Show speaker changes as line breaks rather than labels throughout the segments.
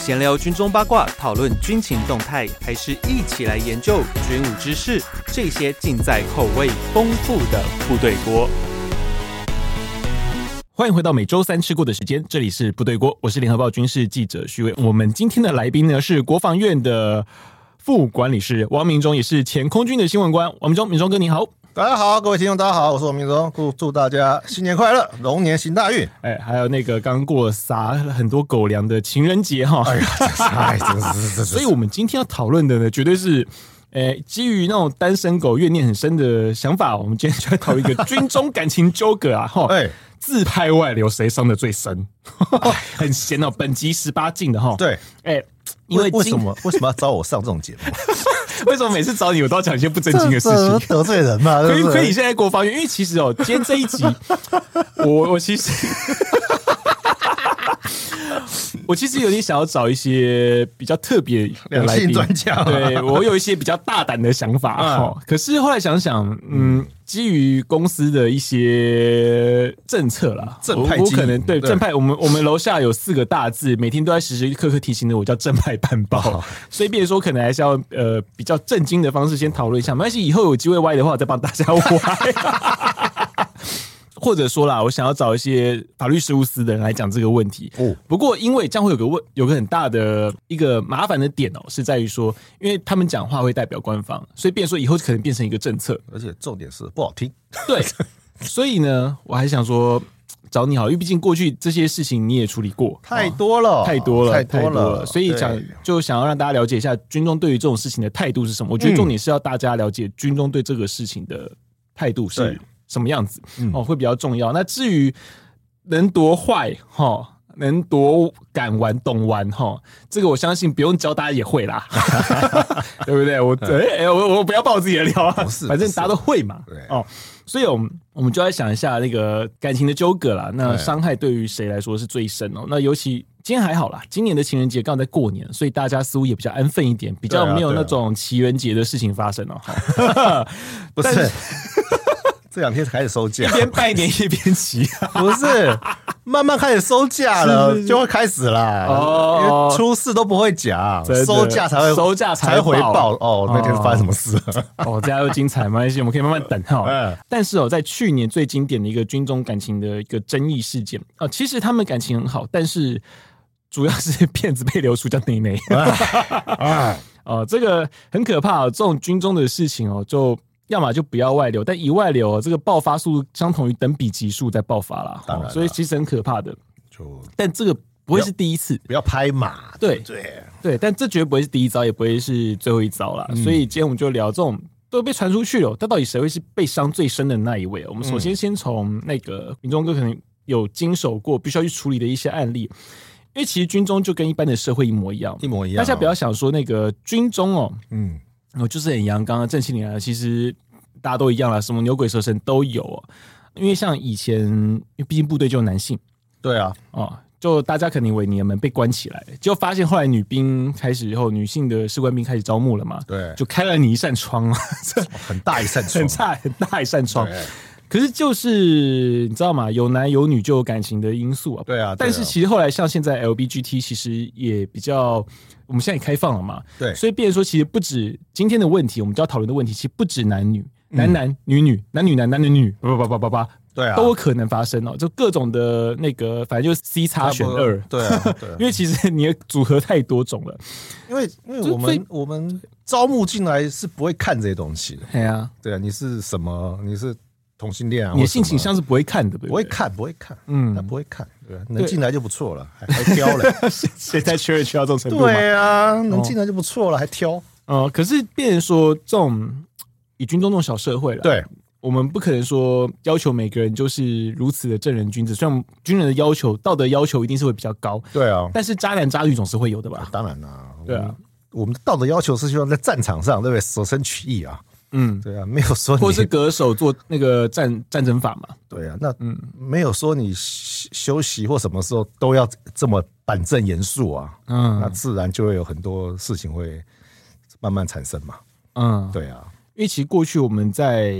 闲聊军中八卦，讨论军情动态，还是一起来研究军武知识？这些尽在口味丰富的部队锅。
欢迎回到每周三吃过的时间，这里是部队锅，我是联合报军事记者徐伟。我们今天的来宾呢是国防院的副管理师王明忠，也是前空军的新闻官。王明忠，明忠哥你好。
大家好，各位听众，大家好，我是王明忠，祝祝大家新年快乐，龙年行大运。
哎，还有那个刚过撒了很多狗粮的情人节哈、
哎呀，真是哎，真是真是，
所以我们今天要讨论的呢，绝对是。诶，基于那种单身狗怨念很深的想法，我们今天就来讨论一个军中感情纠葛啊，哈，
哎
自拍外流谁伤的最深？ 很闲哦，本集十八禁的哈，，
对，
哎，因为
为
今
什么为什么要找我上这种 节目？
为什么每次找你我都要讲一些不正经的事
这
情？
得罪人 嘛？
可
对
以
不
可以，
对？
现在国防院，因为其实哦，今天这 一集，我我其实 我其实有点想要找一些比较特别的
两
来
性
宾，
专家嘛
对我有一些比较大胆的想法
嗯
哦。可是后来想想，嗯，基于公司的一些政策啦，
正派
我我
经营
可能对
对
正派，我们我们楼下有四个大字，每天都在时时刻刻提醒着我叫正派办 报，所以变成说可能还是要呃比较正经的方式先讨论一下，没关系，以后有机会歪的话我再帮大家 歪。或者说啦，我想要找一些法律事务司的人来讲这个问题。
哦
不过，因为这样会有个问，有个很大的一个麻烦的点哦、是在于说，因为他们讲话会代表官方，所以变成说以后可能变成一个政策。
而且重点是不好听，
对， 所以呢，我还想说找你好，因为毕竟过去这些事情你也处理过，
太多了，
太多了，
哦太
多
了，
所以想
对
就想要让大家了解一下军中对于这种事情的态度是
嗯
什么。我觉得重点是要大家了解军中对这个事情的态度是
对
什么样子、
嗯
哦，会比较重要。那至于能多坏哈、哦能多敢玩懂玩哈、哦，这个我相信不用教大家也会啦， 对不对？ 我哎哎、我我不要爆自己的料啊，
不是
反正
不是
大家都会嘛
对，
哦。所以，我们我们就来想一下那个感情的纠葛啦。那
对
伤害对于谁来说是最深哦？那尤其今天还好啦，今年的情人节刚好在过年，所以大家似乎也比较安分一点，比较
对啊
没有
对啊
那种情人节的事情发生哦。
不
但
是
是
这两天才开始收假
一，边拜年一边骑、啊，
不是慢慢开始收假了
是是，是
就会开始啦。
哦
因为出事都不会讲
真的，
收假才会
收假才
才回报。哦，那天
哦
发生什么事了？
哦，这样又精彩，没关系，我们可以慢慢等哈、
嗯
但是哦，在去年最经典的一个军中感情的一个争议事件啊、其实他们感情很好，但是主要是 骗子被流出叫内内。
哎，
哦，这个很可怕、哦，这种军中的事情哦，就要么就不要外流，但一外流、哦，这个爆发速度相同于等比级数在爆发啦，
当然
哦
啦
所以其实很可怕的。
就
但这个不会是第一次，
不要拍马，
对
对，
对，但这绝对不会是第一招，也不会是最后一招
嗯
啦。所以今天我们就聊这种都被传出去了，但到底谁会是被伤最深的那一位？哦我们首
嗯
先先从那个民众哥可能有经手过，必须要去处理的一些案例。因为其实军中就跟一般的社会一模一样，
一模一样。
大家不要，想说那个军中哦，
嗯，
我就是很阳刚啊，正气凛然。其实大家都一样啦，什么牛鬼蛇神都有、哦。因为像以前，因为毕竟部队就有男性
对啊，
哦，就大家肯定以为你们被关起来，结果发现后来女兵开始以后，女性的士官兵开始招募了嘛，
对，
就开了你一扇窗啊，这
很大一 扇
很
窗，
差很大一扇窗。
对啊
可是就是你知道吗？有男有女就有感情的因素啊。
对啊对啊
但是其实后来像现在 LBGT 其实也比较，我们现在也开放了嘛，
对
所以变成说其实不止今天的问题，我们就要讨论的问题其实不止男女。男男女女，男女男，男女女，叭叭叭叭叭，
嗯对啊，
都有可能发生哦。就各种的那个，反正就是 C 叉选二，
对啊，对 啊，
因为其实你的组合太多种了。
因为因为
就
我
最
们我们招募进来是不会看这些东西的，
哎呀，
对啊，你是什么？你是同性恋啊？
你
或
的
什
性
么
倾向是不会看的，对
不
不
会
对？
看，不会看，
嗯
嗯，他不会看，对啊，能进来就不错 了，还还挑嘞，
现在确认需要这种程度吗？
对啊，能进来就不错了，还挑，
呃，可是变成说这种以军中这种小社会了，，
对，
我们不可能说要求每个人就是如此的正人君子。虽然军人的要求、道德要求一定是会比较高，
对啊，
但是渣男渣女总是会有的吧？
当然啦，
对啊
我们，我们的道德要求是希望在战场上，对不对？舍身取义啊，
嗯，
对啊，没有说
或
你
是隔手做那个战战争法嘛？
对啊，那嗯，没有说你休休息或什么时候都要这么板正严肃啊，那
嗯
自然就会有很多事情会慢慢产生嘛。
嗯，
对啊，
因为其实过去我们在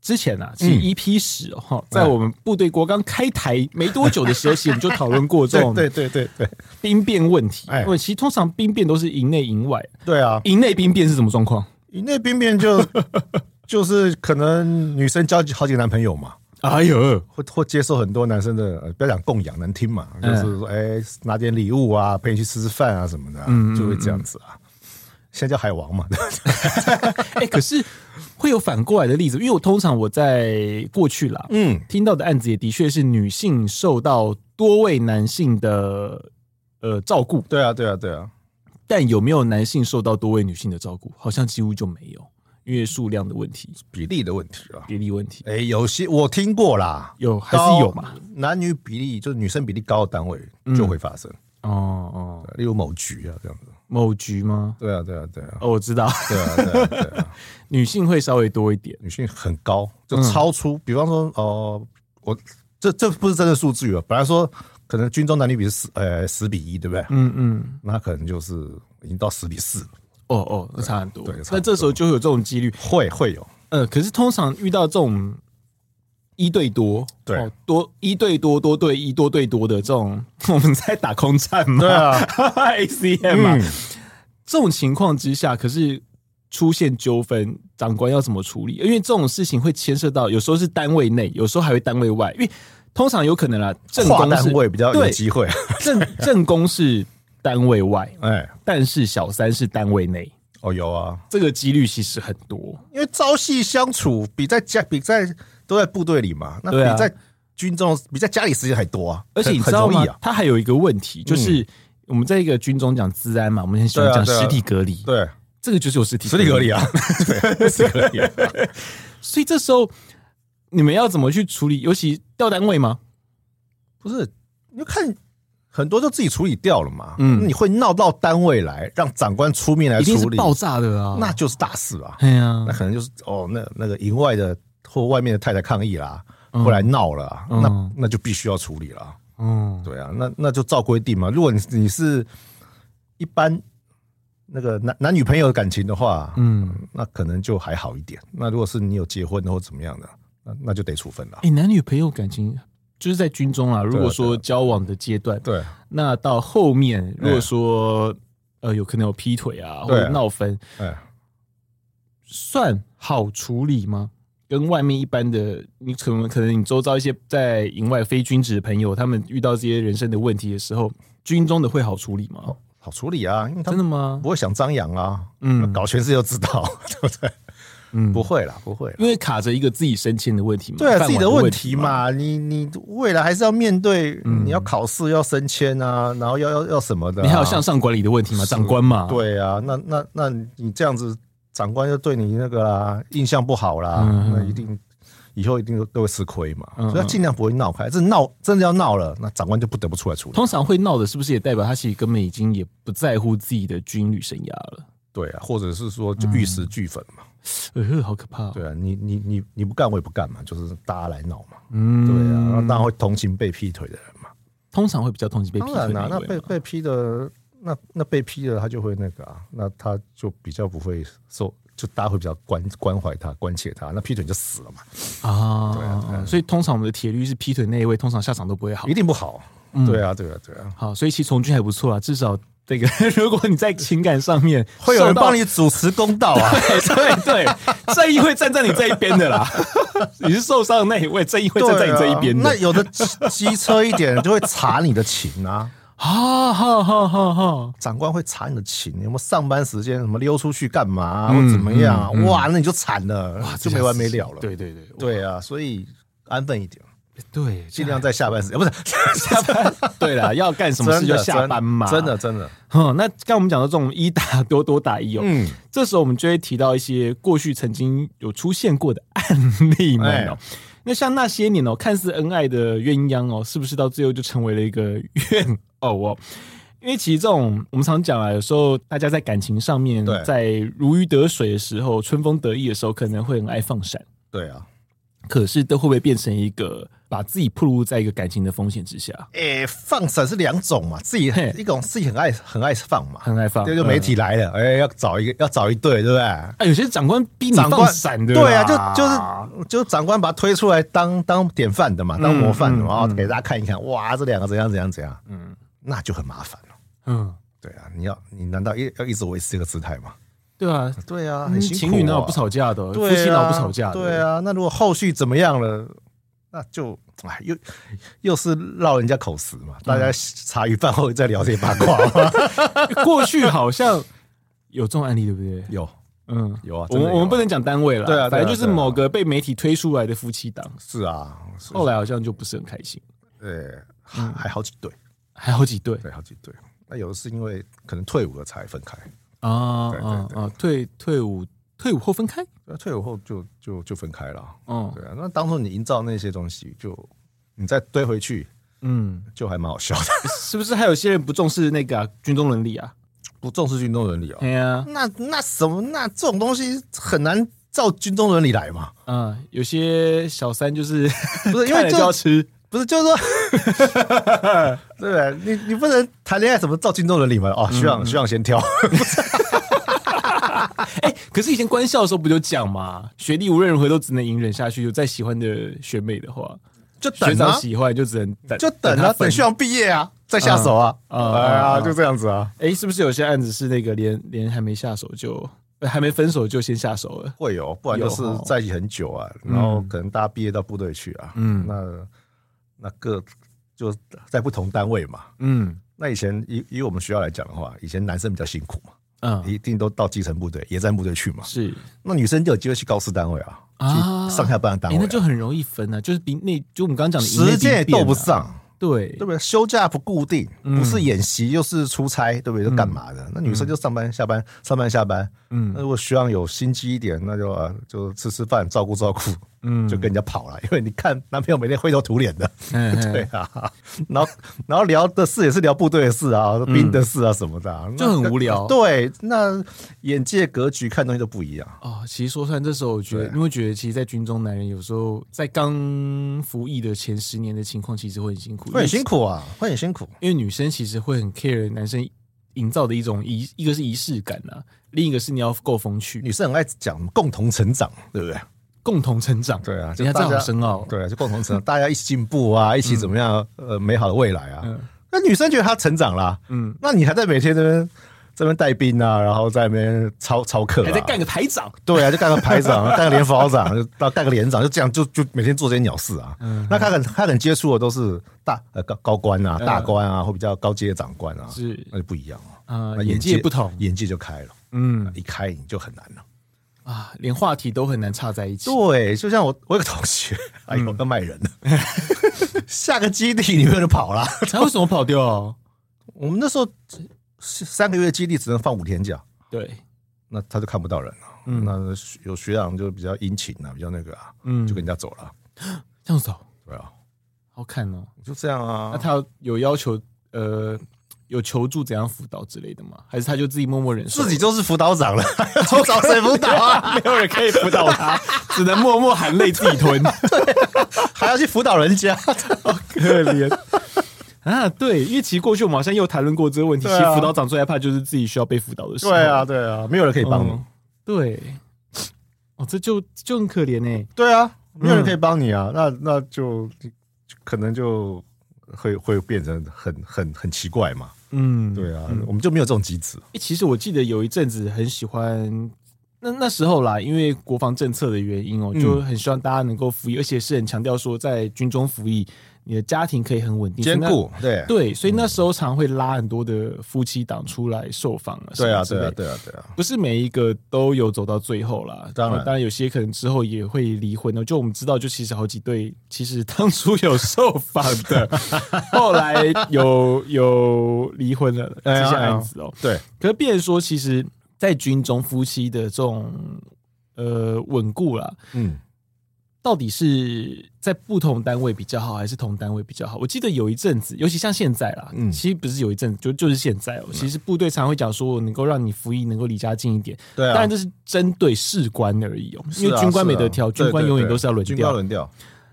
之前啊，其实
嗯
EP 十哈、在我们部队国刚开台没多久的时候，其实我们就讨论过这
对
种
对对对对
兵变问题。
哎
因为其实通常兵变都是营内营外，
对啊！
营内兵变是什么状况
你那边边就 就是可能女生交好几个男朋友嘛，
哎呦，
会会接受很多男生的，呃、不要讲供养，难听嘛，
嗯
就是说，哎、拿点礼物啊，陪你去吃吃饭啊什么的啊、
嗯
就会这样子啊。现在叫海王嘛，
哎、可是会有反过来的例子，因为我通常我在过去啦，
嗯，
听到的案子也的确是女性受到多位男性的呃照顾，
对啊，对啊，对啊，
但有没有男性受到多位女性的照顾？好像几乎就没有，因为数量的问题、
比例的问题啊。
比例问题，
哎、有些我听过啦，
有还是有嘛？嗯
高？男女比例就是女生比例高的单位就会发生，
哦哦，
例如某局啊这样子。
某局吗？
对啊，对啊，对啊，
哦，我知道，
对啊，对啊，对啊。
女性会稍微多一点。
女性很高，
嗯
就超出，比方说，哦、我这这不是真的数据啊，本来说可能军中男女比是十呃十比一，对不对？
嗯嗯，
那可能就是已经到十比四，
哦哦，那差很多
对差很。多
那这时候就会有这种几率。
会会有，
呃，可是通常遇到这种一对多，
对
哦多一对多多对一多对多的这种， 我们在打空战嘛，
对 啊嗯
，ACM 嘛，这种情况之下，可是出现纠纷，长官要怎么处理？因为这种事情会牵涉到，有时候是单位内，有时候还会单位外，因为通常有可能啦，正
跨
宫
单
是
位比较有
对，
机会，
正正宫是单位外，
哎，
但是小三是单位内，
哦有啊，
这个几率其实很多。
因为朝夕相处，比在家比在都在部队里嘛，那
对啊
比在军中比在家里时间还多啊，
而且你
很
知道
很容
吗
易？啊，嗯
它还有一个问题，就是我们在一个军中讲治安嘛，我们很喜欢
对啊
讲
对啊
实体隔离，
对，
这个就是有实体
实力隔离啊， 对，实力隔离啊，
所以这时候你们要怎么去处理？尤其调单位吗？
不是，你就看很多都自己处理掉了嘛。
嗯
嗯，你会闹到单位来，让长官出面来
一定是
处理，
爆炸的啊！
那就是大事啊。
哎呀
那，可能就是哦，那那个营外的或外面的太太抗议啦，
嗯
后来闹了啊，
嗯
那那就必须要处理了啊。
嗯，
对啊，那那就照规定嘛。如果你你是一般那个男男女朋友的感情的话，
嗯，
那可能就还好一点。那如果是你有结婚的或怎么样的，那那就得处分了
哎、。男女朋友感情就是在军中啊。如果说交往的阶段，
对，
那到后面如果说、呃有可能有劈腿啊或
哎对啊
者闹分，
哎。
算好处理吗？跟外面一般的，你可能可能你周遭一些在营外非军职的朋友，他们遇到这些人生的问题的时候，军中的会好处理吗？
好处理啊，因哦为他
真
们
的吗
不？会想张扬啊，
嗯
嗯，搞全世界都知道， 对不对？
嗯，
不，会啦，不会啦。
因为卡着一个自己升迁的问题嘛，
对啊，
饭碗
自己的
问
问题。嘛，你你未来还是要面对，你要考试，要升迁啊，然后要要要什么的啊、
你还有向上管理的问题嘛，长官嘛，，
对啊，那那那你这样子，长官就对你那个啦，印象不好啦，
嗯
那一定以后一定都都会吃亏嘛，
嗯
所以他尽量不会闹开。这闹真的要闹了，那长官就不得不出来处理。
通常会闹的，是不是也代表他其实根本已经也不在乎自己的军旅生涯了？
对啊，或者是说就玉石
嗯
俱焚嘛。
呃，好可怕、哦。
对啊，你你你你不干我也不干嘛，就是大家来闹嘛。
嗯
对啊，那当然会同情被劈腿的人嘛。
通常会比较同情被劈
当
腿
然
的
啦、
那
那
一位
被
嘛
被劈的，那那被劈的他就会那个啊，那他就比较不会受，就大家会比较关关怀他、关切他。那劈腿就死了嘛，
啊，
对啊对啊
所以通常我们的铁律是劈腿那一位，通常下场都不会好嗯
一。定不好。对啊，对啊，对啊，
好，所以其实从军还不错啊，至少这个 如果你在情感上面
会有人
受到
帮，你主持公道 啊。
对 对对，正义会站在你这一边的啦。 你是受伤的那一位，正义会站在你这一边
对啊那
的。
有的机机车一点就会查你的勤 啊，
啊，好好好好，
长官会查你的勤，有没有上班时间什么溜出去干嘛、
嗯
或怎么样啊、哇，那你就惨了，就没完没了了。
对对对
对啊，所以安分一点，
对，
尽量在下班时
嗯
哎间，不是 下班
对啦，要干什么事就下班嘛，
真的真的，
哼，那刚刚我们讲到这种一打多多打一哦，
嗯
这时候我们就会提到一些过去曾经有出现过的案例们哦。
哎
那像那些年哦，看似恩爱的鸳鸯哦，是不是到最后就成为了一个怨偶哦？因为其实这种我们常讲啊，有时候大家在感情上面
对，
在如鱼得水的时候，春风得意的时候，可能会很爱放闪。
对啊，
可是都会不会变成一个把自己暴露在一个感情的风险之下？
诶、哎放闪是两种嘛，自己
嘿
一种自己很爱很爱放嘛，
很爱放
这就媒体来了，哎、要找一个要找一对，对不对？
啊，有些长官逼你
长
放
官
闪的啦，
对啊，就就是就长官把他推出来当当典范的嘛，当模范的嘛，然后给大家看一看，哇，这两个怎样怎样怎样，嗯，那就很麻烦了。
嗯，
对啊，你要你难道一要一直维持这个姿态吗？
对啊，
对啊，很辛苦、
情侣哪有不？吵架的？夫
对啊
妻哪有不吵架的？
对啊，那如果后续怎么样了，那就哎，又又是绕人家口实嘛，大家茶余饭后再聊这些八卦嘛。
过去好像有这种案例，对不对？
有
嗯，
有啊，
我
真的
们
有啊
我们不能讲单位了，
对啊对啊
反正就是
对啊
某个被媒体推出来的夫妻档，
是啊，是
后来好像就不是很开心，
对，还好几对，
还好几对
对，好几对。那有的是因为可能退伍了才分开，
啊
对
啊
对
啊！退退伍退伍后分开，
那退伍后就就就分开了。
嗯
对啊，那当初你营造那些东西，就你再堆回去，
嗯，
就还蛮好笑的。
是不是还有些人不重视那个啊军中伦理啊？
不重视军中伦理啊、
哎呀，
那那什么，那这种东西很难照军中伦理来嘛？
嗯，有些小三就是
不 是因
看
为
了
就
就要吃，
不是就是说， 对不对？你你不能谈恋爱怎么照军中伦理嘛？哦，徐朗徐朗先挑，
哎，可是以前官校的时候不就讲嘛，学弟无论如何都只能隐忍下去，有再喜欢的学妹的话，
就
学
等
长
啊，
喜欢就只能等，
就等
他
啊，
分
等徐朗毕业啊，再下手啊，
嗯嗯
哎呀，
嗯
就这样子啊，
哎，是不是有些案子是那个连连还没下手就呃还没分手就先下手了？
会有，不然就是
有哦
在一起很久啊，然后可能大家毕业到部队去啊，
嗯
那那各就在不同单位嘛，
嗯
那以前以以我们学校来讲的话，以前男生比较辛苦嘛，
嗯，
一定都到基层部队、野战部队去嘛。
是
那女生就有机会去高师单位啊，
啊
去上下班的单
哎，
位、
那
啊，
就很容易分啊，就是比那就我们刚刚讲的赢面
时间也
兵变啊嗯
斗不，上，
对
对不对？休假不固定，不是演习又是出差，对不对？就干嘛的？那女生就上班下班，上班下班。
嗯
那如果学长有心机一点，那就啊，就吃吃饭，照顾照顾，
嗯
就跟人家跑了。因为你看男朋友每天灰头土脸 的，
嗯嗯
对啊，然后然后聊的事也是聊部队的事啊，兵的事啊什么的啊、
嗯就很
那
无聊
对，那眼界格局看东西都不一样。
哦，其实说穿这时候，我觉得
对啊
你会觉得，其实，在军中男人有时候在刚服役的前十年的情况，其实会很辛苦，
会很辛
苦，
苦啊，会很辛苦。
因为女生其实会很 care 男生营造的一种仪，一个是仪式感啊，另一个是你要够风趣，
女生很爱讲共同成长，对不对？
共同成长。
对啊，
人
就
家这
大
好
家
深奥哦。嗯
对啊，就共同成长， 大家一起进步啊，一起怎么样？呃，美好的未来啊。那女生觉得她成长啦，
嗯
嗯，那你还在每天这边这边带兵啊，然后在那边操操课、啊，
还在干个排长，
对啊，就干个排长， 干个连副长，就到干个连长，就这样，就就每天做这些鸟事啊。那他肯他肯接触的都是大呃高高官啊、
嗯
大官啊，或比较高阶的长官啊，
是
那就不一样了。
啊
那
眼界不同
眼界就开了，
嗯
一开你就很难了。
啊，连话题都很难插在一起。
对，就像我我有个同学， 哎
嗯
呦，要卖人了， 下个基地你们就跑了。
他为什么跑掉啊？
我们那时候三个月基地只能放五天假，
对，
那他就看不到人了。那有学长就比较殷勤啊，比较那个啊，
嗯
就跟人家走了。
这样子哦，
对啊，
好看哦。
就这样啊。
那他有要求呃，有求助怎样辅导之类的吗？还是他就自己默默忍受？
自己就是辅导 长了，啊去找谁辅导啊？
没有人可以辅导 他，只能默默含泪自己吞。
还要去辅导人家？
可怜啊！对，因为其实过去我们好像又谈论过这个问题。
对啊
其实辅导长最害怕就是自己需要被辅导的时候。
对 啊，，对啊，没有人可以帮你
嗯。对。哦，这就就很可怜哎。
对啊，没有人可以帮你啊。那那就可能就会会变成很很很奇怪嘛。
嗯，
对啊，我们就没有这种机制。
欸其实我记得有一阵子很喜欢。那那时候啦，因为国防政策的原因
嗯
哦、就很希望大家能够服役，而且是很强调说，在军中服役，你的家庭可以很稳定
兼。
所以
顾，对
那对，所以那时候常会拉很多的夫妻档出来受访啊，
对啊，
什么之类
对啊，
的
对啊，对啊，
不是每一个都有走到最后啦，
当然
当然有些可能之后也会离婚哦。就我们知道，就其实好几对，其实当初有受访 的，后来有有离婚了这
哎呀
些案子哦、
对，
可是变成说，其实，在军中夫妻的这种呃稳固啦，
嗯，
到底是在不同单位比较好，还是同单位比较好？我记得有一阵子，尤其像现在啦，
嗯
其实不是有一阵子，就就是现在哦、其实部队常会讲说，能够让你服役能够离家近一点，
对啊
当然这是针对士官而已哦、因
是
为
啊
军官没得
是啊
挑，
对
军官
对
永远
对
都是要轮
军
调
官。轮调，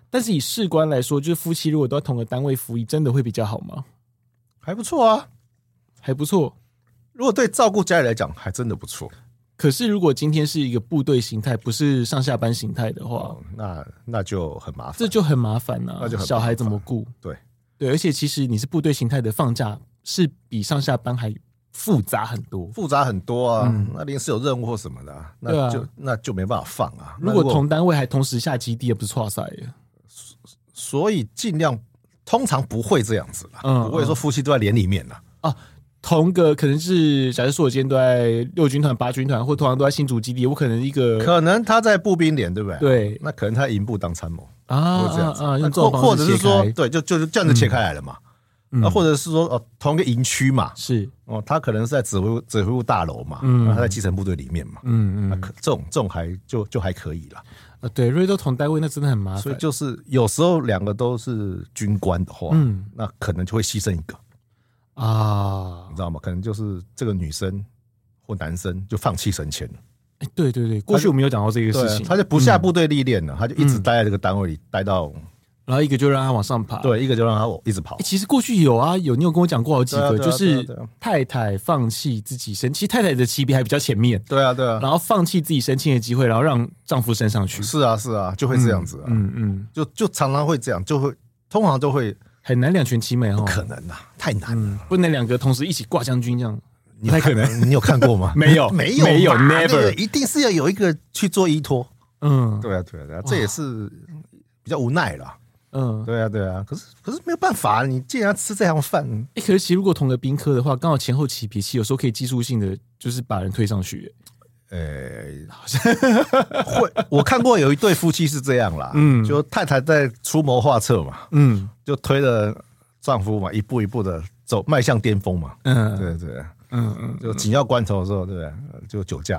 但是以士官来说，就是夫妻如果都在同个单位服役，真的会比较好吗？
还不错啊。
还不错。
如果对照顾家里来讲，还真的不错。
可是如果今天是一个部队形态，不是上下班形态的话，
哦，那那就很麻烦。
这就很麻烦呐、
那就很麻烦
小孩怎么顾？
对
对，而且其实你是部队形态的放假，是比上下班还复杂很多。
复杂很多啊，那临时有任务或什么的、啊，
嗯对
那
啊
就、那就没办法放啊。
如
那
果同单位还同时下基地，也不是错啊赛耶。
所以尽量通常不会这样子啦，
嗯
不会说夫妻都在连里面啦。
同个可能是，假设说我今天都在六军团、八军团，或通常都在新竹基地，我可能一个
可能他在步兵连，对不对？，
对
那可能他营部当参谋，
啊
会这
啊
样子。
啊，用
那
这种
或
方
或
式
者
切
是
开
说，对，就就是这样就切开来了嘛。
嗯
那、或者是说，哦，同一个营区嘛，
是
哦，他可能是在指挥指挥部大楼嘛，
嗯
那他在基层部队里面嘛，
嗯
那
嗯
可这种这种还就就还可以啦。
啊，对，瑞都同单位那真的很麻烦，
所以就是有时候两个都是军官的话，
嗯
那可能就会牺牲一个，
啊
你，知道吗？可能就是这个女生或男生就放弃升迁了，
哎对对对，啊嗯过去我们有讲到这个事
对啊
情，，
他就不下部队历练了，他就一直待在这个单位里，待
啊
到
然后一个就让他往上爬，
对一个就让他我一直跑
欸。其实过去有啊，有你有跟我讲过好几个，
对啊对啊
就是
对啊对啊
太太放弃自己升，其实太太的级别还比较前面，
对啊，对啊，
然后放弃自己升迁的机会，然后让丈夫升上去，
是啊，是啊，就会这样子啊，
嗯嗯，
就就常常会这样，就会通常就会
很难两全其美哦，嗯
不可能啊，太难了，
不能两个同时一起挂将军这样，？
你太可能， 你有看过吗
没有
没有
没有
嘛那个
never
一定是要有一个去做依托。
嗯
对啊，对啊，对啊，这也是比较无奈啦。
嗯。
对啊，对啊，可是可是没有办法，你既然要吃这行饭，
欸可是其实如果同个兵科的话，刚好前后起脾气，有时候可以技术性的，就是把人推上去。
呃、会我看过有一对夫妻是这样啦，
嗯
就太太在出谋划策嘛，
嗯
就推着丈夫嘛，一步一步的走迈向巅峰嘛，
嗯
对对，
嗯嗯，
就紧要关头的时候，对不对？就酒驾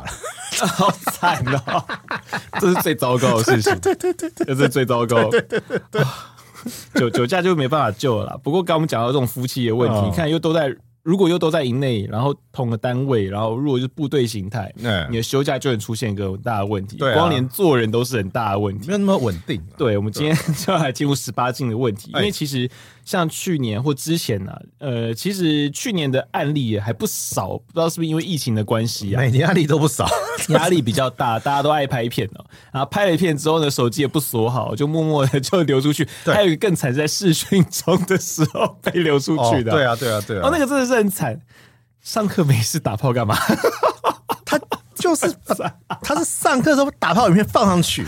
了，
好惨哦！ 这是最糟糕的事情，对对对对，这是最糟糕。对对对，酒酒驾就没办法救了啦。不过刚刚我们讲到这种夫妻的问题，
哦
你看又都在，如果又都在营内，然后同个单位，然后如果是部队形态，
嗯
你的休假就能出现一个很大的问题，
对啊
光连做人都是很大的问题
没。有那么稳定、啊。
对，我们今天 就要来进入十八禁的问题，因
哎
为其实像去年或之前呢、呃，其实去年的案例也还不少，不知道是不是因为疫情的关系啊，
每年案例都不少，
压力比较大，大家都爱拍片哦。然后拍了片之后呢，手机也不锁好，就默默的 就流出去。
对
还有一个更惨，是在视讯中的时候被流出去的。
对，啊，对啊，对啊。
哦，那个真的是很惨。上课没事打炮干嘛？
他 就是他是上课的时候打炮影片放上去，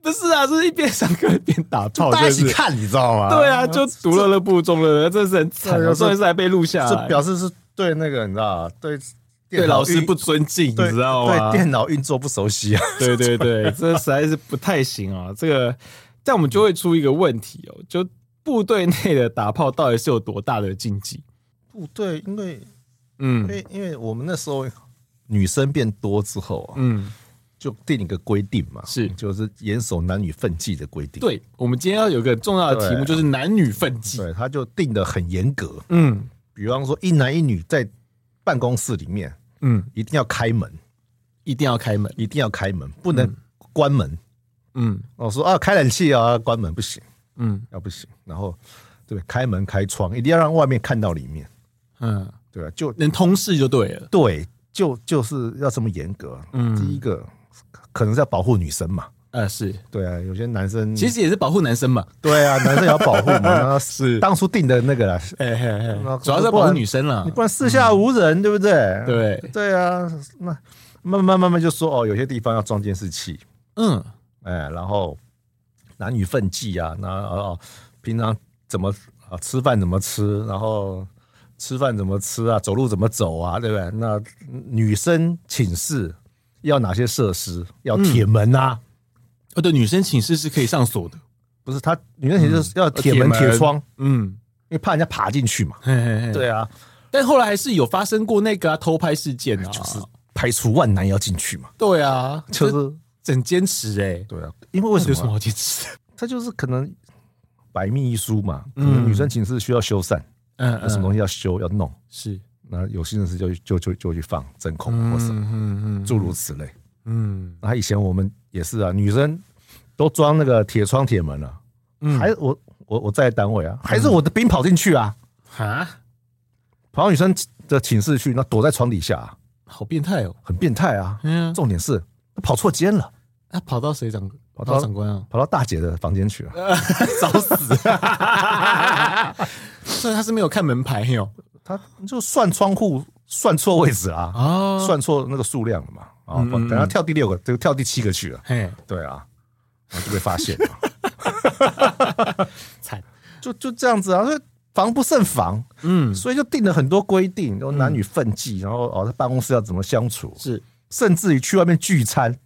不是啊，就是一边上课一边打炮，
大家一
真
起
的是。
看，你知道吗？
对啊，就独乐乐部中乐乐，真的是很惨
对
啊。
就是
重点是还被录下
这
来，
表示是对那个你知道对
对
电
老
脑
师
运
不尊敬，你
对
知道吗？
对电脑运作不熟悉啊。
对对对，这实在是不太行啊！这个，但我们就会出一个问题哦，就部队内的打炮到底是有多大的禁忌？
不对，因为因
嗯
为因为我们那时候女生变多之后啊，
嗯，
就定一个规定嘛，
是
就是严守男女分际的规定。
对，我们今天要有个重要的题目，
对
就是男女分际。
对，他就定的很严格，
嗯
比方说一男一女在办公室里面
嗯，
一定要开门，
一定要开门。
一定要开门，不能关门。
嗯
我说啊，开冷气啊，关门不行，
嗯
要不行。然后对，开门开窗，一定要让外面看到里面，
嗯，
对吧？就
能通视就对了。
对，就就是要这么严格。啊
嗯
第一个可能是要保护女生嘛，
呃，是，
对啊，有些男生
其实也是保护男生嘛。
对 啊，男生也要保护嘛，那是当初定的那个啦，
嘿嘿
嗯那
嘿，主要是保护女生啦
你。不然四下无人，对不对？
啊对，
对啊，那慢慢慢慢就说哦，有些地方要装监视器，
嗯
哎，然后男女分际啊，那哦，平常怎么啊吃饭怎么吃，然后吃饭怎么吃啊，走路怎么走啊，对不对？那女生寝室要哪些设施？要铁门啊，
哦对，女生寝室是可以上锁的。
不是她女生寝室要铁
铁
门
门哎
铁窗，
嗯，
因为怕人家爬进去嘛。
嘿嘿嘿。
对啊，
但后来还是有发生过那个、啊、偷拍事件啊，
就是排除万难要进去嘛，
对啊，
就是
很坚持哎，
对啊，因为为
那有什
什
么
么？
好坚持的？
他就是可能百密一疏嘛，可
嗯
能女生情是需要修缮，
嗯
有什么东西要修要弄，
是？
那有心人士就就就就去放针孔或什么，
嗯嗯
诸如此类。
嗯
那以前我们也是啊，女生都装那个铁窗铁门了、
嗯
还我我我在单位啊，还是我的兵跑进去啊，
啊，
跑到女生的寝室去，那躲在床底下、啊，
好变态哦！
很变态啊。
嗯，
重点是跑错间了，
他跑到谁长？
跑
跑
到，
到长官啊
跑到大姐的房间去了。
找 死！虽然他是没有看门牌哦哟，
她就算窗户算错位置啊，
哦，
算错那个数量了嘛。啊、
嗯嗯嗯
等她跳第六个，就跳第七个去了。
嘿，
对啊，然后就被发现了，
惨，
就就这样子啊，所以防不胜防。
嗯，
所以就定了很多规定，然后男女分际，然后哦，在办公室要怎么相处，
是
甚至于去外面聚餐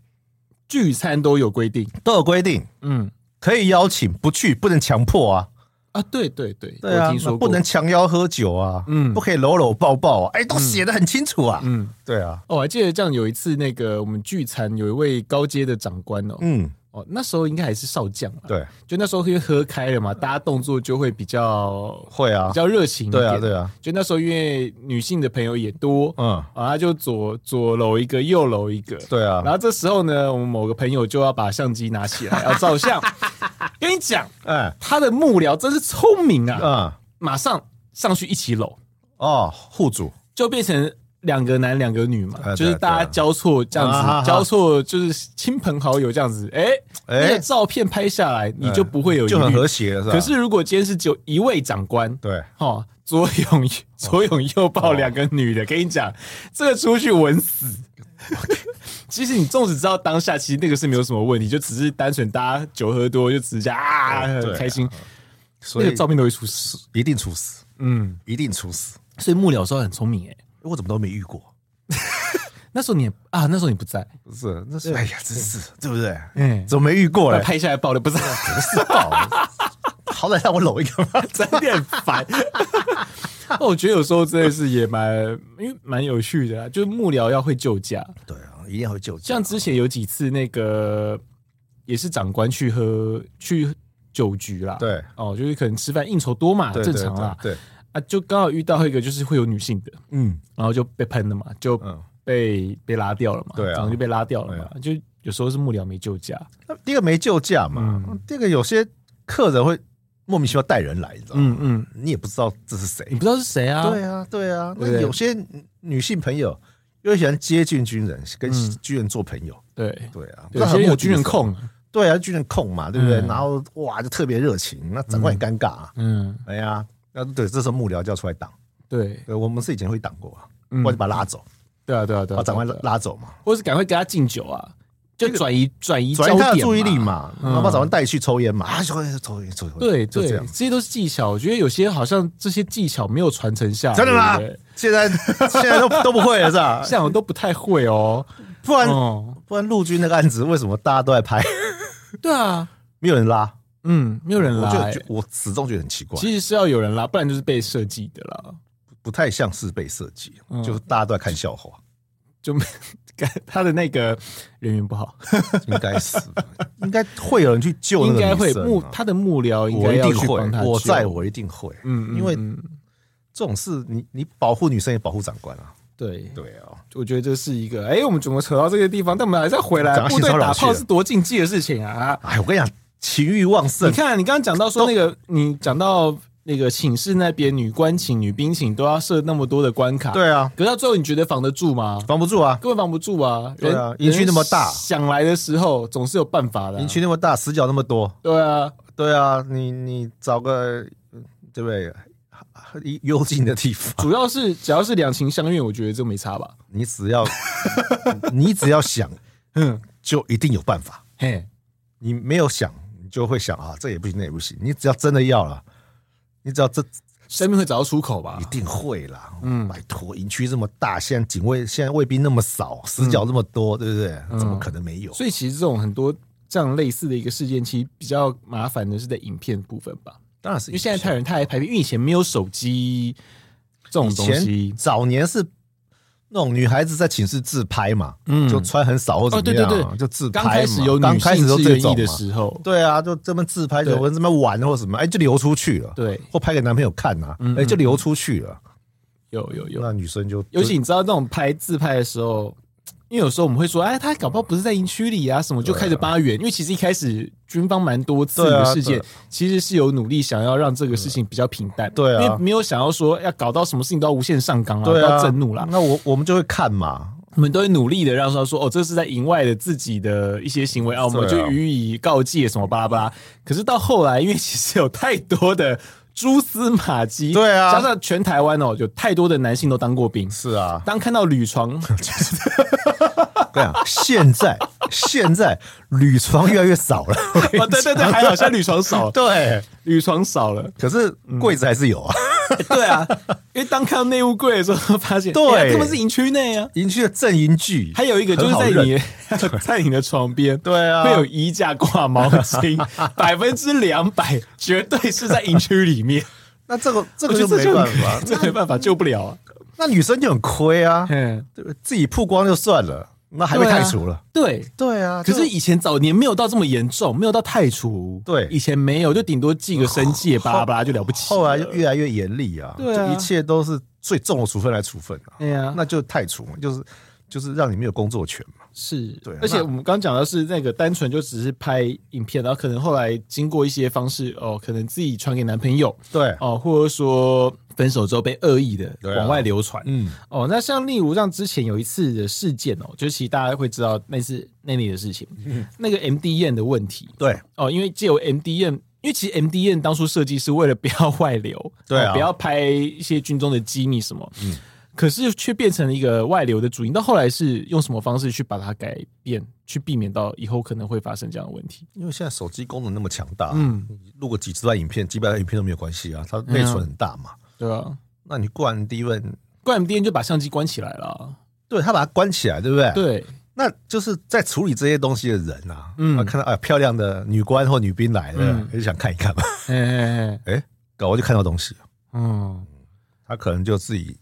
聚餐都有规定，
都有规定，
嗯
可以邀请，不去不能强迫啊，
啊，对对对，
对啊，
我听说过
不能，强邀喝酒啊，
嗯
不可以搂搂抱抱啊，哎，都写的很清楚啊，
嗯，
对啊，
哦，我还记得这样有一次，那个我们聚餐有一位高阶的长官哦，
嗯，
哦，那时候应该还是少将嘛，，
对，
就那时候因为喝开了嘛，大家动作就会比较
会啊
比，较热情一点，
对啊，对啊，
就那时候因为女性的朋友也多，
嗯，
啊，他就左左搂一个，右搂一个，
对啊
然，后这时候呢，我们某个朋友就要把相机拿起来要 照相，跟你讲，
哎，
他的幕僚真是聪明啊，
嗯，
马上上去一起搂，
哦，户主，
就变成两个男两个女嘛，
哎
就是大
对
家
对
交错这样子，
啊哈哈
交错就是亲朋好友这样子，哎、
哎
那个照片拍下来，你就不会有疑
就很
虑
和。谐了，是吧？
可是如果今天是只有一位长官，
对，
哦，左拥左拥右抱两个女的，跟你讲，这个出去稳死。 其实你纵使知道当下，其实那个是没有什么问题，就只是单纯大家酒喝多就直接啊
哦对
很开心，
所
那个
以
照片都会出事。
一定处死，
嗯，
一定处死，
所以幕僚说很聪明哎、
我怎么都没遇过。
那时候你也啊，那时候你不在，
不是，那是哎呀，真是对不对？
嗯
怎么没遇过嘞？
拍下来爆的不 是
不是爆，好歹让我搂一个吧。
真的很烦。那我觉得有时候真的是也蛮，因为蛮有趣的啊，就是幕僚要会救驾。
对啊，一定要救
像之前有几次那个也是长官去喝去酒局啦，
对
哦，就是可能吃饭应酬多嘛，
对
正常啦，
对，对对
啊，就刚好遇到一个就是会有女性的，
嗯
然后就被喷了嘛，就
嗯。
被、被拉掉了嘛，
对啊啊
长官就被拉掉了嘛，就有时候是幕僚没救驾，
那第一个没救驾嘛，
嗯
第二个有些客人会莫名其妙带人来，你知道
嗯
吗？
嗯，
你也不知道这是谁。
你不知道是谁啊，
对啊，对
对
啊。
不
那
对
有些女性朋友又喜欢接近军人，跟军人做朋友。
对
对啊，
嗯有
不知道
些
他
有
目的
军人
是什么。
控，
对啊，军人控嘛，对不对？
嗯
然后哇，就特别热情，那长官也尴尬啊。
嗯，
哎呀，那对，这时候幕僚就要出来挡。
对，
对，我们是以前会挡过啊，
嗯
或者把他拉走，
对啊，对啊，对啊，
把长官
对
拉
啊，对啊
拉走嘛，
或是赶快给他敬酒啊，就转移转移
转移他
焦
的
点
注意力嘛，
嗯
然后把长官带去抽烟嘛，啊，抽烟抽烟抽烟，
对
就
对，
这样。
些都是技巧。我觉得有些好像这些技巧没有传承下来，
真的吗
对不对？
现在 现在都都不会了是吧？
像我都不太会哦。
不然
哦，
不然陆军那个案子为什么大家都在拍，
对啊，
没有人拉？
嗯，没有人
我
拉、
就
欸
觉，我始终觉得很奇怪，
其实是要有人拉，不然就是被设计的啦，
不太像是被设计，
嗯
就是大家都在看笑话，
就没他的那个人缘不 好，
应该是吧 应该会有人去救那
应
个
该会
女生啊
幕他的幕僚应
我
该
一
要
定
去帮他
会，我
救
在我一定会，
嗯，嗯
因为
嗯
这种事你你保护女生也保护长官啊，
对，哦
对啊。
我觉得这是一个哎、我们怎么扯到这个地方？但我们还是要回来
讲，到
部
性
队
骚扰
打
去
炮
了
是多禁忌的事情啊！
哎，我跟你讲，情欲旺盛
你，看，你刚刚讲到说那个，你讲到那个寝室那边女官寝、女兵寝都要设那么多的关卡，。
对啊，
可是到最后，你觉得防得住吗？
防不住啊。
根本防不住啊！
对啊
人
营区那么大
人想来的时候总是有办法的啊、
营区那么大，死角那么多，
对啊，
对啊，你你找个呃对不对一幽静的地方，
主要是只要是两情相悦，我觉得这没差吧。
你只要 你只要想，
嗯，
就一定有办法。
嘿，
你没有想，你就会想啊，这也不行，那也不行。你只要真的要了，你只要这
生命会找到出口吧
一？定会啦。嗯，
嗯
拜托，营区这么大，现在警卫现在卫兵那么少，死角那么多，对不对？怎么可能没有？
嗯所以其实这种很多这样类似的一个事件，其实比较麻烦的是在影片部分吧，
当然是
因为现在太人太爱拍片，因为以前没有手机这种
以
东
前
西，
早年是那种女孩子在寝室自拍嘛，
嗯
就穿很少或
哦，
怎
对
么
对
样，
对，
就自拍
刚
嘛。
开始有
刚
女
开
性
始都
志
这
愿意
种
的
嘛
时候，
对啊，就这么自拍，
对
有人这么玩或什么，哎，就流出去了，
对，
或拍给男朋友看呐、啊，
嗯
哎，就流出去了。
有有有，
那女生就
尤其你知道那种拍自拍的时候，因为有时候我们会说，哎，他搞不好不是在营区里啊什么，就开始扒圆。因为其实一开始军方蛮多次
对
的
啊
事件，
对
其实是有努力想要让这个事情比较平淡，
对啊
因为没有想要说要搞到什么事情都要无限上纲啊，
对
都要
啊
震怒啦。
那我我们就会看嘛，
我们都会努力的让他说，哦，这是在营外的自己的一些行为啊，我们
对啊
就予以告诫什么巴拉巴拉。可是到后来，因为其实有太多的蛛丝马迹，
对啊
加上全台湾哦，有太多的男性都当过兵。
是啊，
当看到铝床， 哦
对啊， 现在现在铝床越来越少了，
哦，对对对，还好，现在铝床 少，
对，
铝床少了。
可是柜子还是有啊，
对啊，因为当看到内务柜的时候，发现
对
哎呀他们是营区内啊。
营区的正营具，
还有一个就是在
很好认
你在你的 床边，
对啊
会有衣架挂毛巾， 百分之两百绝对是在营区里 面，
那这个这
这
个就没办法，
这没办法救不了 啊。
那女生就很亏啊，
嗯，
对不对自己曝光就算了，那还被
对啊
开除了，
对。
对啊，
可
就是
以前早年没有到这么严重，没有到太除，
对
以前没有，就顶多记个 申诫，巴拉巴拉就了不起。
后来就越来越严厉啊，
对啊
就一切都是最重的处分来处分啊，
对啊
那就太除嘛，就是就是让你没有工作权嘛，
是，
对啊
而且
那
我们刚讲到是那个单纯就只是拍影片，然后可能后来经过一些方式，哦，可能自己传给男朋友，
对，
哦，或者说分手之后被恶意的
对啊
往外流传，
嗯，
哦，那像例如像之前有一次的事件哦，就其实大家会知道那次那里的事情，那个 MDN 的问题
嗯对，
哦，因为借由 MDN。因为其实 MDN 当初设计是为了不要外流，
对啊
哦不要拍一些军中的机密什么，
嗯
可是却变成了一个外流的主因。到后来是用什么方式去把它改变，去避免到以后可能会发生这样的问题？
因为现在手机功能那么强大，
嗯，
录个几十段影片、几百段影片都没有关系啊，它内存很大嘛。
对啊，
那你灌低温，
怪 MDN 就把相机关起来了啊，
对他把它关起来，对不对？，
对，
那就是在处理这些东西的人啊，
嗯
嗯，看到啊漂亮的女官或女兵来了
嗯，
就想看一看嘛，
哎哎哎，
搞我就看到东西了，
嗯，
他可能就自己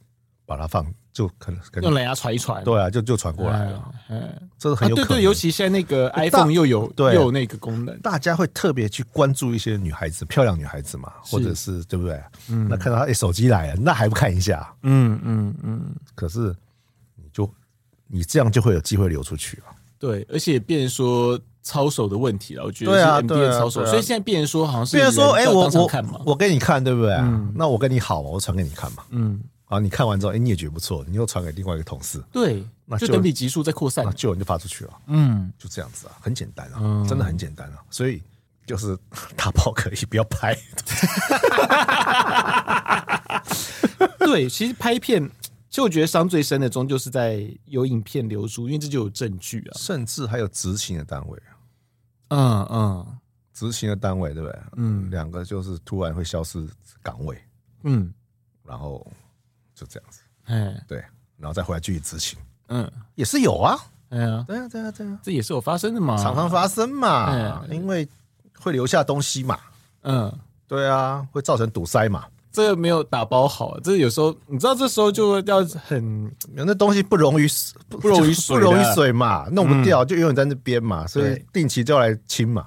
把它放，就可能可
用
能
蓝牙传一传，
对啊，就就传过来了，
哎，哎
这是很有
啊、
可
对
能。
对，尤其现在那个 iPhone 又有又
对
有那个功能，
大家会特别去关注一些女孩子，漂亮女孩子嘛，
是
或者是对不对？
嗯
那看到她、哎手机来了，那还不看一下？
嗯嗯嗯，
可是你就你这样就会有机会流出去啊了。
对，而且变成说操守的问题了，我觉得
对
是
啊
n b
对
a
啊
操守，
对啊
所以现在变成说好像是
别人说，哎、
哎、
我
当场
我
看嘛，
我给你看，对不对、
嗯
那我跟你好嘛，我传给你看嘛。
嗯，
啊，你看完之后，哎、你也觉得不错，你又传给另外一个同事，
对，
那
就
就
等比级数在扩散
那，就有人就发出去了，
啊嗯，
就这样子啊，很简单啊，
嗯
真的很简单啊。所以就是打包可以不要拍，
对，其实拍片。其实我觉得伤最深的，终究是在有影片流出，因为这就有证据啊
甚至还有执行的单位啊，
啊。嗯嗯
执行的单位对不对？
嗯
两个就是突然会消失岗位，
嗯，
然后就这样子，
哎
对，然后再回来继续执行，
嗯，
也是有啊，
哎呀，
对啊，对啊，对啊。
这也是有发生的嘛。
常常发生嘛，
嗯
因为会留下东西嘛，
嗯，
对啊，会造成堵塞嘛，
这个没有打包好，这有时候你知道，这时候就要很
那东西不溶于 不
不溶于水
不溶
的
于水嘛，弄不掉就永远在那边嘛，所以
对
定期就要来 清嘛。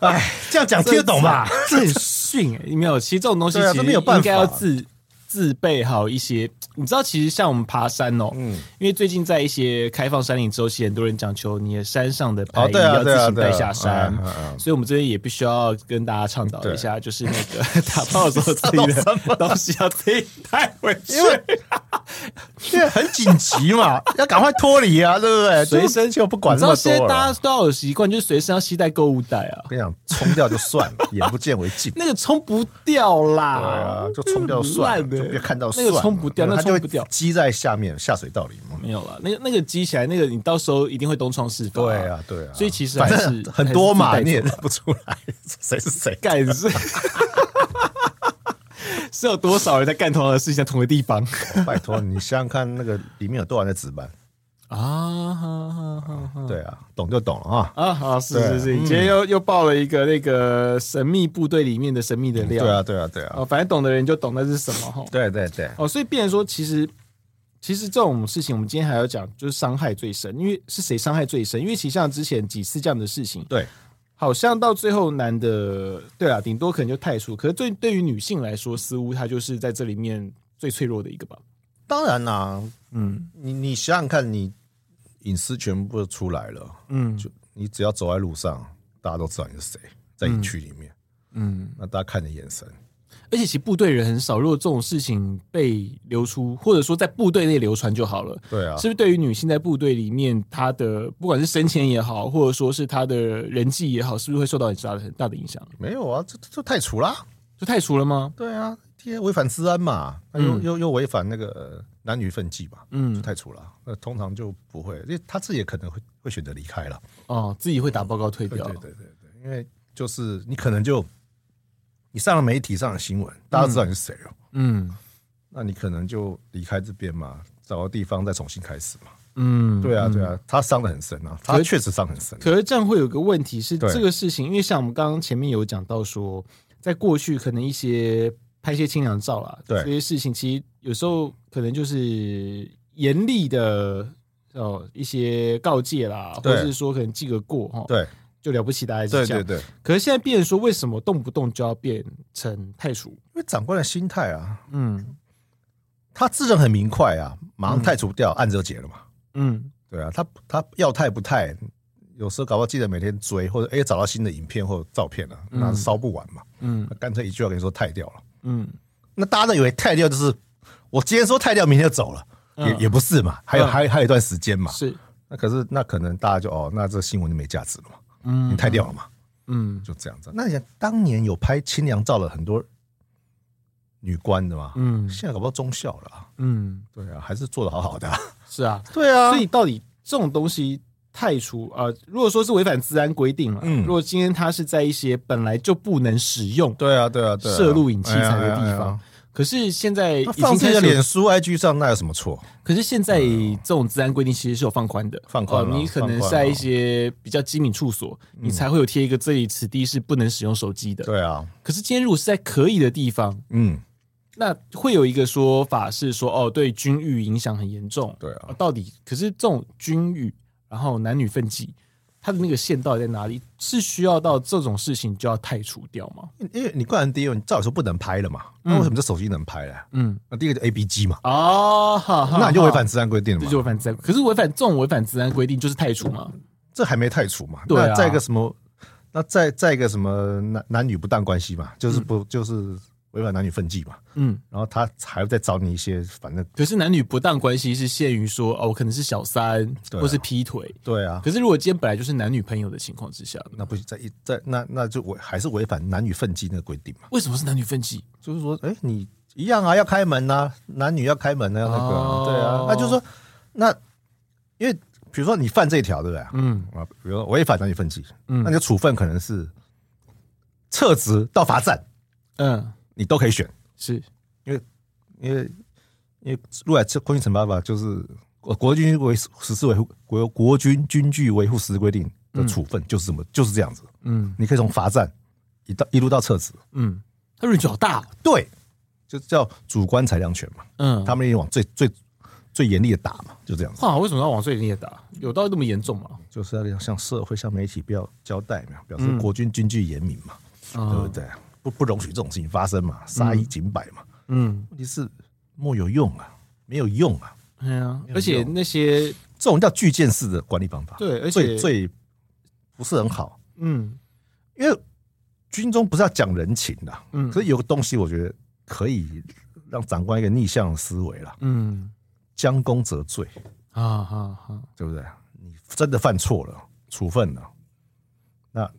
哎，这样讲听得懂吧？
这很逊欸没有，其实这种东西
对啊
其实
这没有办
应
法
该要自自备好一些。你知道，其实像我们爬山哦，
嗯，
因为最近在一些开放山林之后，其实很多人讲求你的山上的
哦
排，衣
对啊，
要
对
自
啊，
行
对
带
啊，
下山
嗯。嗯嗯
所以，我们这边也必须要跟大家倡导一下，就是那 个打包的时候自己的东西要自己带回去，
因为因为很紧急嘛， 要赶快脱离啊，对不对？
随身
就就不管
你知
那
道
么
现在
多
大
了。
家都要有习惯，就是随身要携带购物袋啊
我，跟你讲，冲掉就算 了，眼不见为净。
那个冲不掉啦，
对 啊，就冲掉算了，
烂的
就别看到
那
算了
个冲不掉，
因为
那
它就
冲
会
不掉。
积在下面下水道里嘛。
没有了，那个那个积起来，那个你到时候一定会东窗事发。
对，啊，对啊，
所以其实
反
还是
正很多嘛，
还是
你
自己
也
带
认不出来谁是谁。
干是 是有多少人在干同样的事情，在同一个地 方
拜托你想想看，那个里面有多少人在值班？
啊？哈哈哈哈
对啊，懂就懂了啊。
啊，好，是
对啊
是是，你今天又又爆了一个那个神秘部队里面的神秘的料。哦
对啊，对啊，对啊
哦，，反正懂的人就懂那是什么哈。
对对对，
哦，所以变成说，其实其实这种事情，我们今天还要讲，就是伤害最深，因为是谁伤害最深？因为其实像之前几次这样的事情，
对，
好像到最后男的，对啊，顶多可能就太出，可是对对于女性来说，似乎她就是在这里面最脆弱的一个吧。
当然啦、
嗯
你你想想看，你隐私全部都出来了，
嗯
就你只要走在路上，大家都知道你是谁，在你区里面，
嗯，
那大家看你眼神，
而且其实部队人很少，如果这种事情被流出，或者说在部队内流传就好了。
对啊，
是不是对于女性在部队里面，她的不管是生前也好，或者说是她的人际也好，是不是会受到很大的很大的影响？
没有啊，这这这太除啦，
就太除了吗？
对啊，第一违反治安嘛，那又、
嗯
又又违反那个呃男女分际嘛，就
嗯，
太除了，那通常就不会，因为他自己也可能会会选择离开了，
哦，自己会打报告退
对
掉。
对对对对，因为就是你可能就你上了媒体上了新闻，大家知道你是谁了，
嗯
那你可能就离开这边嘛，找个地方再重新开始嘛。
嗯，
对啊，
嗯
对。啊，他伤的很深啊，
可
他
是
确实伤很深。啊
可是这样会有个问题是，
对
这个事情，因为像我们刚刚前面有讲到说，在过去可能一些拍一些清凉照啦，
对
这些事情，其实有时候可能就是严厉的哦一些告诫啦，或
对
者是说可能记个过哈，
对
就了不起，大家一起
对
讲
对对，因
可是现在变成说，为什么动不动就要变成太叔？
为长官的心态啊，
嗯
他自认很明快啊，马上
嗯
太除掉，按着解了嘛。
嗯
对啊，他他要态不态，有时候搞不好记得每天追，或者哎找到新的影片或者照片了、啊，那烧不完嘛，
嗯
那干脆一句话跟你说太掉了。
嗯，
那大家都以为太掉就是我今天说太掉，明天就走了，也
嗯
也不是嘛，还有
嗯
还还有一段时间嘛。
是，
那可是那可能大家就哦，那这新闻就没价值了嘛，
嗯
你太掉了嘛。
嗯
就这样子。那你想，当年有拍清凉照的很多女官的嘛，
嗯
现在搞不到中校了、啊，
嗯，
对啊，还是做的好好的、啊，
是啊。
对啊
所以到底这种东西太除啊、呃如果说是违反治安规定了，
嗯
如果今天它是在一些本来就不能使用，
对啊，对啊，对啊，
摄录影器材的地
哎呀哎呀哎
方
呀
可是现嗯在已
那
经
放自己
开
的
始有
脸书、IG 上，那有什么错？
可是现在这种治安规定其实是有放宽的，
嗯放宽了
呃你可能
放宽了嗯
在一些比较机敏处所，你才会有贴一个这里此地是不能使用手机的。
对啊，
可是今天如果是在可以的地方，
嗯，
那会有一个说法是说，哦，对军域影响很严重。
对啊
呃到底可是这种军域，然后男女分歧，它的那个线到底在哪里？是需要到这种事情就要太除掉吗？
因为你个人第一，你照理说不能拍了嘛，那为什么这手机能拍呢？
嗯，
那第一个就 A B G 嘛，
哦，好好
那你就违
好
反治安规定了
这
嘛
就，违反治安，可是违反这种违反治安规定就是太除嘛？
这还没太除嘛。
对啊
那再一个什么？那再再一个什么男男女不当关系嘛，就是不、就是违反男女分际嘛。
嗯，
然后他还在找你一些，反正
可是男女不当关系是限于说，哦，我可能是小三、
对啊
或是劈腿。
对啊，
可是如果今天本来就是男女朋友的情况之下，
那不行，在一在那那就违还是违反男女分际那个规定嘛，
为什么是男女分歧？
就是说，哎，你一样啊，要开门呐、男女要开门啊，那个啊、
哦
对啊，那就是说，那因为比如说你犯这一条，对不对？
嗯
啊，比如说违反男女分际，
嗯
那你的处分可能是撤职到罚站，
嗯，
你都可以选，
是
因为因为入来这国军惩罚法就是国国军维实施维护国国军军具维护实施规定的处分就是这么、就是这样子，
嗯
你可以从罚站一到一路到撤职，
嗯，他 range 好大哦，
对，就叫主观裁量权嘛，
嗯，
他们也往最最最严厉的打嘛，就这样子，
哇，为什么要往碎裂打？有到那么严重吗？
就是要向社会向媒体不要交代嘛，表示国军军纪严明嘛，对不
嗯
对？不不容许这种事情发生嘛，杀一儆百嘛，
嗯，
问题是莫有用啊，没有用啊，
对啊，
有
而且那些
这种叫巨舰式的管理方法，
对，而且
最最不是很好，
嗯
因为军中不是要讲人情的，
嗯
可是有个东西我觉得可以让长官一个逆向的思维啦，
嗯
将功折罪，
啊哈哈，
对不对？你真的犯错了，处分了，那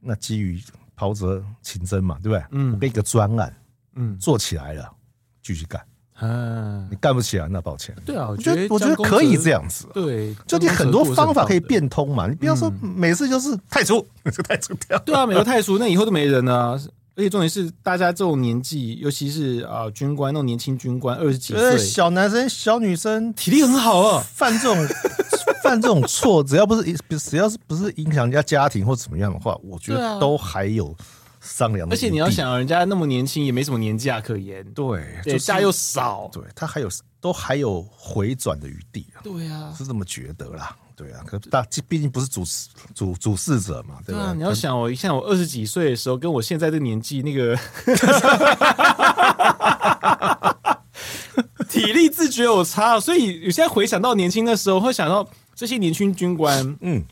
那基于袍泽情真嘛，对不对？
嗯
我给你个专案
嗯
做起来了，继续干，
啊
你，干不起来那抱歉。
对啊，我
我觉得我觉得可以这，样子，
对，
就你很多方法可以
变。
变通嘛，你不要说
嗯
每次就是太粗， 就太粗掉。
对啊，美国太叔那以后都没人了、啊。而且重点是，大家这种年纪，尤其是啊、军官那种年轻军官，二十几
觉
岁，
得呃小男生、小女生
体力很好啊。
犯这 种犯这种错，只要不是只要是不是影响人家家庭或怎么样的话，我觉
对啊
得都还有商量的
而
余地。
且你要想，人家那么年轻，也没什么年假可言，
对，啊
对，
就
假
是
又少，
对他还有都还有回转的余地啊，
对啊，
是这么觉得啦。对啊，可大毕竟不是主事主主事者嘛，对
对
不
啊，
对？
你要想我，像我二十几岁的时候，跟我现在这个年纪，那个体力自觉有差，所以有些回想到年轻的时候，会想到这些年轻军官，
嗯，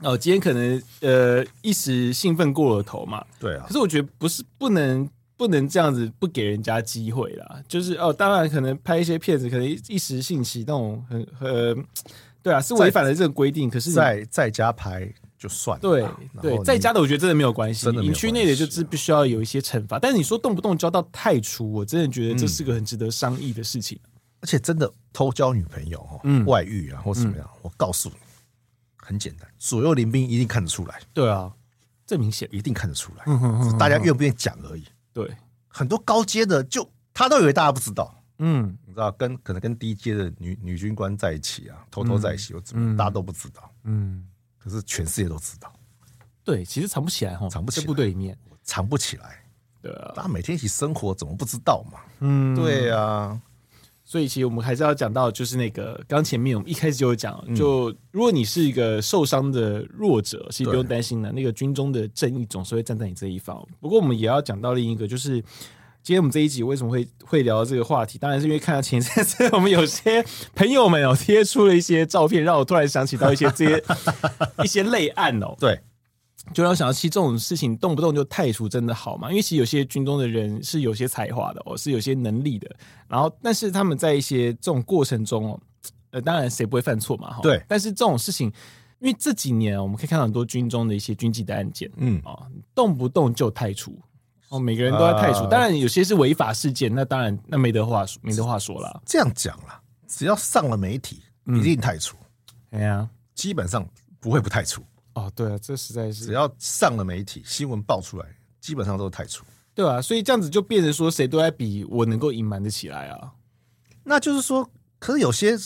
哦，今天可能呃一时兴奋过了头嘛，
对啊
可，是我觉得不是不能不能这样子不给人家机会啦，就是哦，当然可能拍一些片子，可能一一时兴起那种很很，对啊，是违反了这个规定，可是你
在在家拍就算了
对
啦然
对
后，你
在家的我觉得真的没有关系，
真的没有
营区内的就
关系啊
是必须要有一些惩罚。但是你说动不动交到太厨，我真的觉得
嗯
这是个很值得商议的事情。
而且真的偷交女朋友哦，
嗯
外遇啊或怎么样，我告诉你，很简单，左右邻兵一定看得出来，
对啊，这明显
一定看得出来，
嗯哼
只是大家愿不愿意讲而已。
对，
很多高阶的就他都以为大家不知道，
嗯
你知道，跟可能跟低阶的女女军官在一起啊，偷偷在一起或怎么样，
嗯
大家都不知道，
嗯，
可是全世界都知道，
对，其实藏不起来哈，
藏不起来
在部队里面，
藏不起来，
对啊，
大家每天一起生活，怎么不知道嘛？
嗯，
对啊，
所以其实我们还是要讲到，就是那个刚前面我们一开始就有讲，就如果你是一个受伤的弱者，其实不用担心了，那个军中的正义总是会站在你这一方。不过我们也要讲到另一个，就是今天我们这一集为什么会会聊到这个话题，当然是因为看到前一阵子我们有些朋友们哦贴出了一些照片，让我突然想起到一些这些一些类案哦，
对，
就让我想到，其实这种事情动不动就太除真的好嘛？因为其实有些军中的人是有些才华的哦，是有些能力的。然后，但是他们在一些这种过程中哦，呃，当然谁不会犯错嘛？哈
对
但是这种事情，因为这几年哦我们可以看到很多军中的一些军纪的案件
嗯，
啊、哦，动不动就太除哦，每个人都在太除。
啊
当然，有些是违法事件，那当然那没得话说，没得话说啦。
这样讲啦，只要上了媒体，
嗯
一定太除，
哎呀，
基本上不会不太除，
哦，对啊，这实在
只
是
要上了媒体，新闻爆出来，基本上都是太除。
对啊，所以这样子就变成说，谁都在比我能够隐瞒得起来啊。
那就是说，可是有些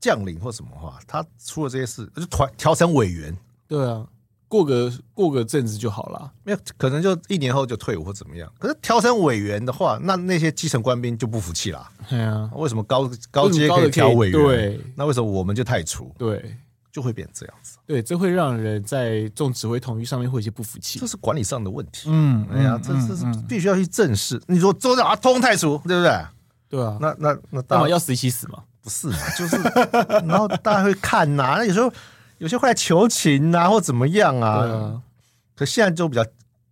将领或什么话，他出了这些事，就团调成委员，
对啊，过个过个阵子就好了。
没有可能就一年后就退伍或怎么样。可是调成委员的话，那那些基层官兵就不服气啦。
对啊，
为什么高高阶
高的
可以调委员？
对
那为什么我们就太除，
对
就会变这样子？
对，这会让人在众指挥统御上面会有一些不服气
这。是管理上的问题。
嗯
哎呀，这这是必须要去正视。你说周长啊，通通太除，对不对？
对啊，
那那那
当
当
然
然
要死一起死嘛。
不是嘛， 就是然后大家会看呐、那有时候有些会来求情啊，或怎么样
对
啊。
啊，
可现在就比较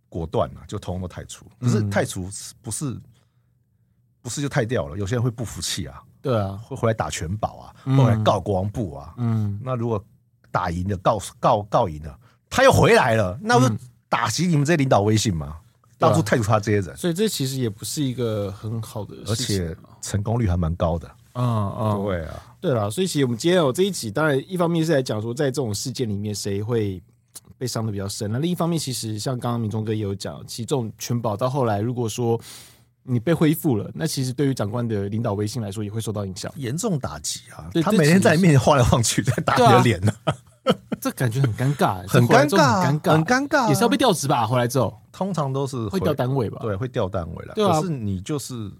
果断了、就通通都太除。可
嗯
是太除是不是不是就太掉了？有些人会不服气啊，
对啊，
会回来打全保啊，
嗯
会回来告国防部啊。
嗯，
那如果打赢了，告告告赢了，他又回来了，那不是
嗯
打击你们这些领导威信吗？
对啊
当初太除他这些人，
所以这其实也不是一个很好的
而
事情
且
啊。
成功率还蛮高的。
嗯嗯，
对啊，，
对啦，所以其实我们今天有这一集，当然一方面是来讲说，在这种事件里面谁会嘖被伤的比较深，那另一方面，其实像刚刚明忠哥也有讲，其实这种全保到后来，如果说你被恢复了，那其实对于长官的领导威信来说也会受到影响
严重打击啊
对！
他
这
每
其
天
实
在你面前晃来晃去，在打你
对啊
的脸呢、
这感觉很尴尬，
很
这回来之后
尴尬
很尴尬，
很尴尬啊
也是要被调职吧？回来之后
通常都是
会调单位吧？
对，会调单位了。
对啊
可是你就是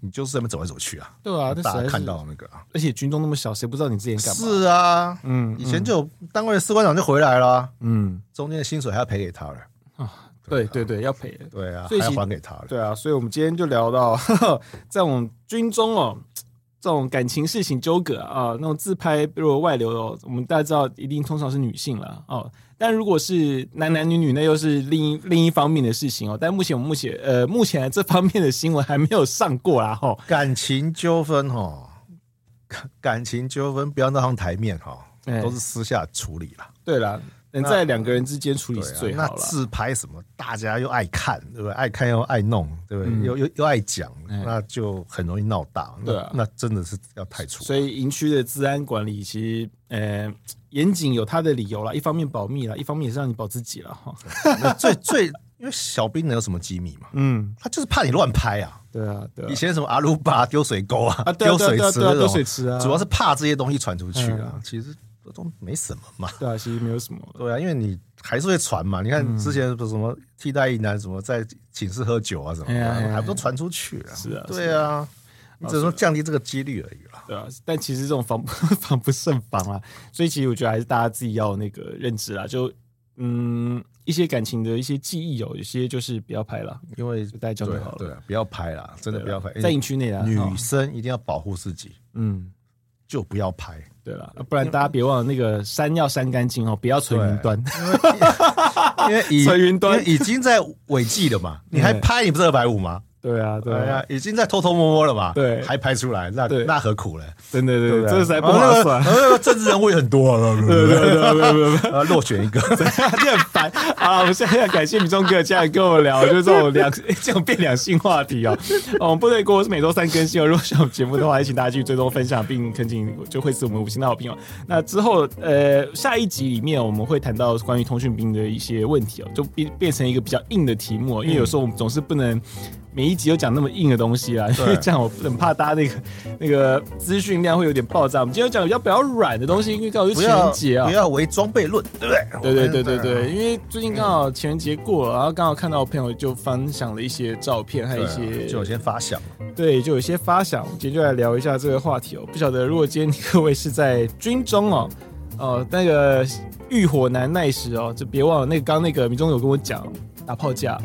你就是在那边走来走去啊，
对啊，那
大
实在
家
是
看，到那个啊，
而且军中那么小，谁不知道你之前干嘛？
是啊，
嗯，嗯，
以前就有单位的士官长就回来了，
嗯
中间的薪水还要赔给他了，
啊，对对对，要赔。
对啊，
所以
还
其
要
实
还给他了。
对啊，所以我们今天就聊到 这种军中哦，这种感情事情纠葛啊，那种自拍如果外流哦，我们大家知道一定通常是女性了哦，但如果是男男女女，那又是另一另一方面的事情哦。但目前我们目前呃目前这方面的新闻还没有上过啦哈、哦。
感情纠纷哈，感感情纠纷不要闹上台面哈，
哎
都是私下处理啦。
对啦，能在两个人之间处理是
对
最
啊，
好
那
了。
自拍什么，大家又爱看，对不对？爱看又爱弄，对不对？
嗯
又又又爱讲，
哎
那就很容易闹大。那
对啊
那真的是要太除。
所以营区的治安管理其实呃严谨有它的理由啦，一方面保密啦，一方面也是让你保自己啦。哦哈。
那最最，因为小兵能有什么机密嘛？
嗯，
他就是怕你乱拍啊。
对啊，对啊
以。前什么阿鲁巴丢水沟啊
啊，对啊
丢水
对啊
池
对啊对啊
那种，
丢水池啊
主要是怕这些东西传出去啊。其实都没什么嘛。
对啊，其嗯实没有什么。
对啊，因为你还是会传嘛。你看之前不是什么替代役男什么在寝室喝酒啊什么
哎呀哎呀
的，还不都传出去啊？
是啊
对啊，你只能说降低这个几率而已啦。
对啊，但其实这种防防不 胜防啊，所以其实我觉得还是大家自己要有那个认知啦，就嗯一些感情的一些记忆哦，有些就是不要拍了，
因为
就大家交流
对
好
啊
了
对啊，不要拍啦，真的不要拍。
在营区内啊，哦
女生一定要保护自己，
嗯
就不要拍。
对了，不然大家别忘了那个删要删干净哦，不要存云端，
因为已
陈云端
因为已经在违纪了 嘛，你还拍，你不是二百五吗？
对啊对
对
啊
呀，，已经在偷偷摸摸了嘛，
对
还拍出来，那
对
那何苦呢？
真的对
对
对，啊
对？
这才不
然后
划
那个
算，
然后那个政治人物也很多啊，
对对对对对。
呃，落 选一个，
你很烦啊！我们现在要感谢米中哥今天来跟我聊，就是这种 两这种变两性话题哦。哦，我们部队锅是每周三更新哦。如果喜欢我们节目的话，也请大家去追踪分享，并恳请就会是我们五星的好评哦。那之后呃，下一集里面我们会谈到关于通讯兵的一些问题哦，就变变成一个比较硬的题
嗯
目、哦，因为有时候我们总是不能。每一集都讲那么硬的东西啦，啊因为
对
这样我很怕大家那个那个资讯量会有点爆炸。我们今天要讲比较比较软的东西，因为刚好是
不
情
要
人节啊，
不要为装备论，对不
对
对？
对对对
我
对，
们
因为最近刚好情人节过了，然后刚好看到朋友就分享了一些照片，还有一
对
些
啊就有些发想，
对，就有一些发想。我们今天就来聊一下这个话题哦。不晓得如果今天你各位是在军中哦，哦那个欲火难耐时哦，就别忘了那个刚刚那个民中有跟我讲打炮架，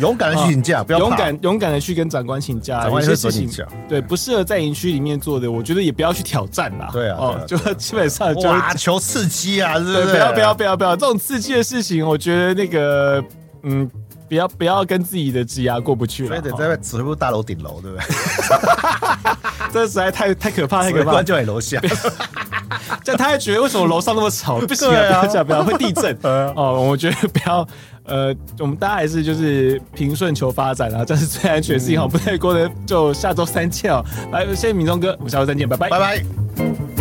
勇敢的去请假，不要怕
啊勇，敢勇敢的去跟长官请假，
长官
有
也
些
会
事
准你
情
讲
对不适合在营区里面做的，我觉得也不要去挑战啦。
对啊
哦，就
对啊
基本上就是
哇，求刺激啊，是不
对，
是？
不要不 要不要不要，这种刺激的事情，我觉得那个嗯，不要不要跟自己的职涯过不去
所
了
以，得
哦
在指挥部大楼顶楼，对不对？
这实在太太可怕，太
指挥
可 怕
官。就在楼 下，
这样他还觉得为什么楼上那么吵？不行啊，
对
不
啊
要这样，不要会地 震。
啊
哦，我觉得不要。呃，我们大家还是就是平顺求发展啊，这是最安全哦
嗯
的事情。好，不太过的就下周三见哦。来，谢谢明忠哥，我们下周再见，拜拜
拜。拜。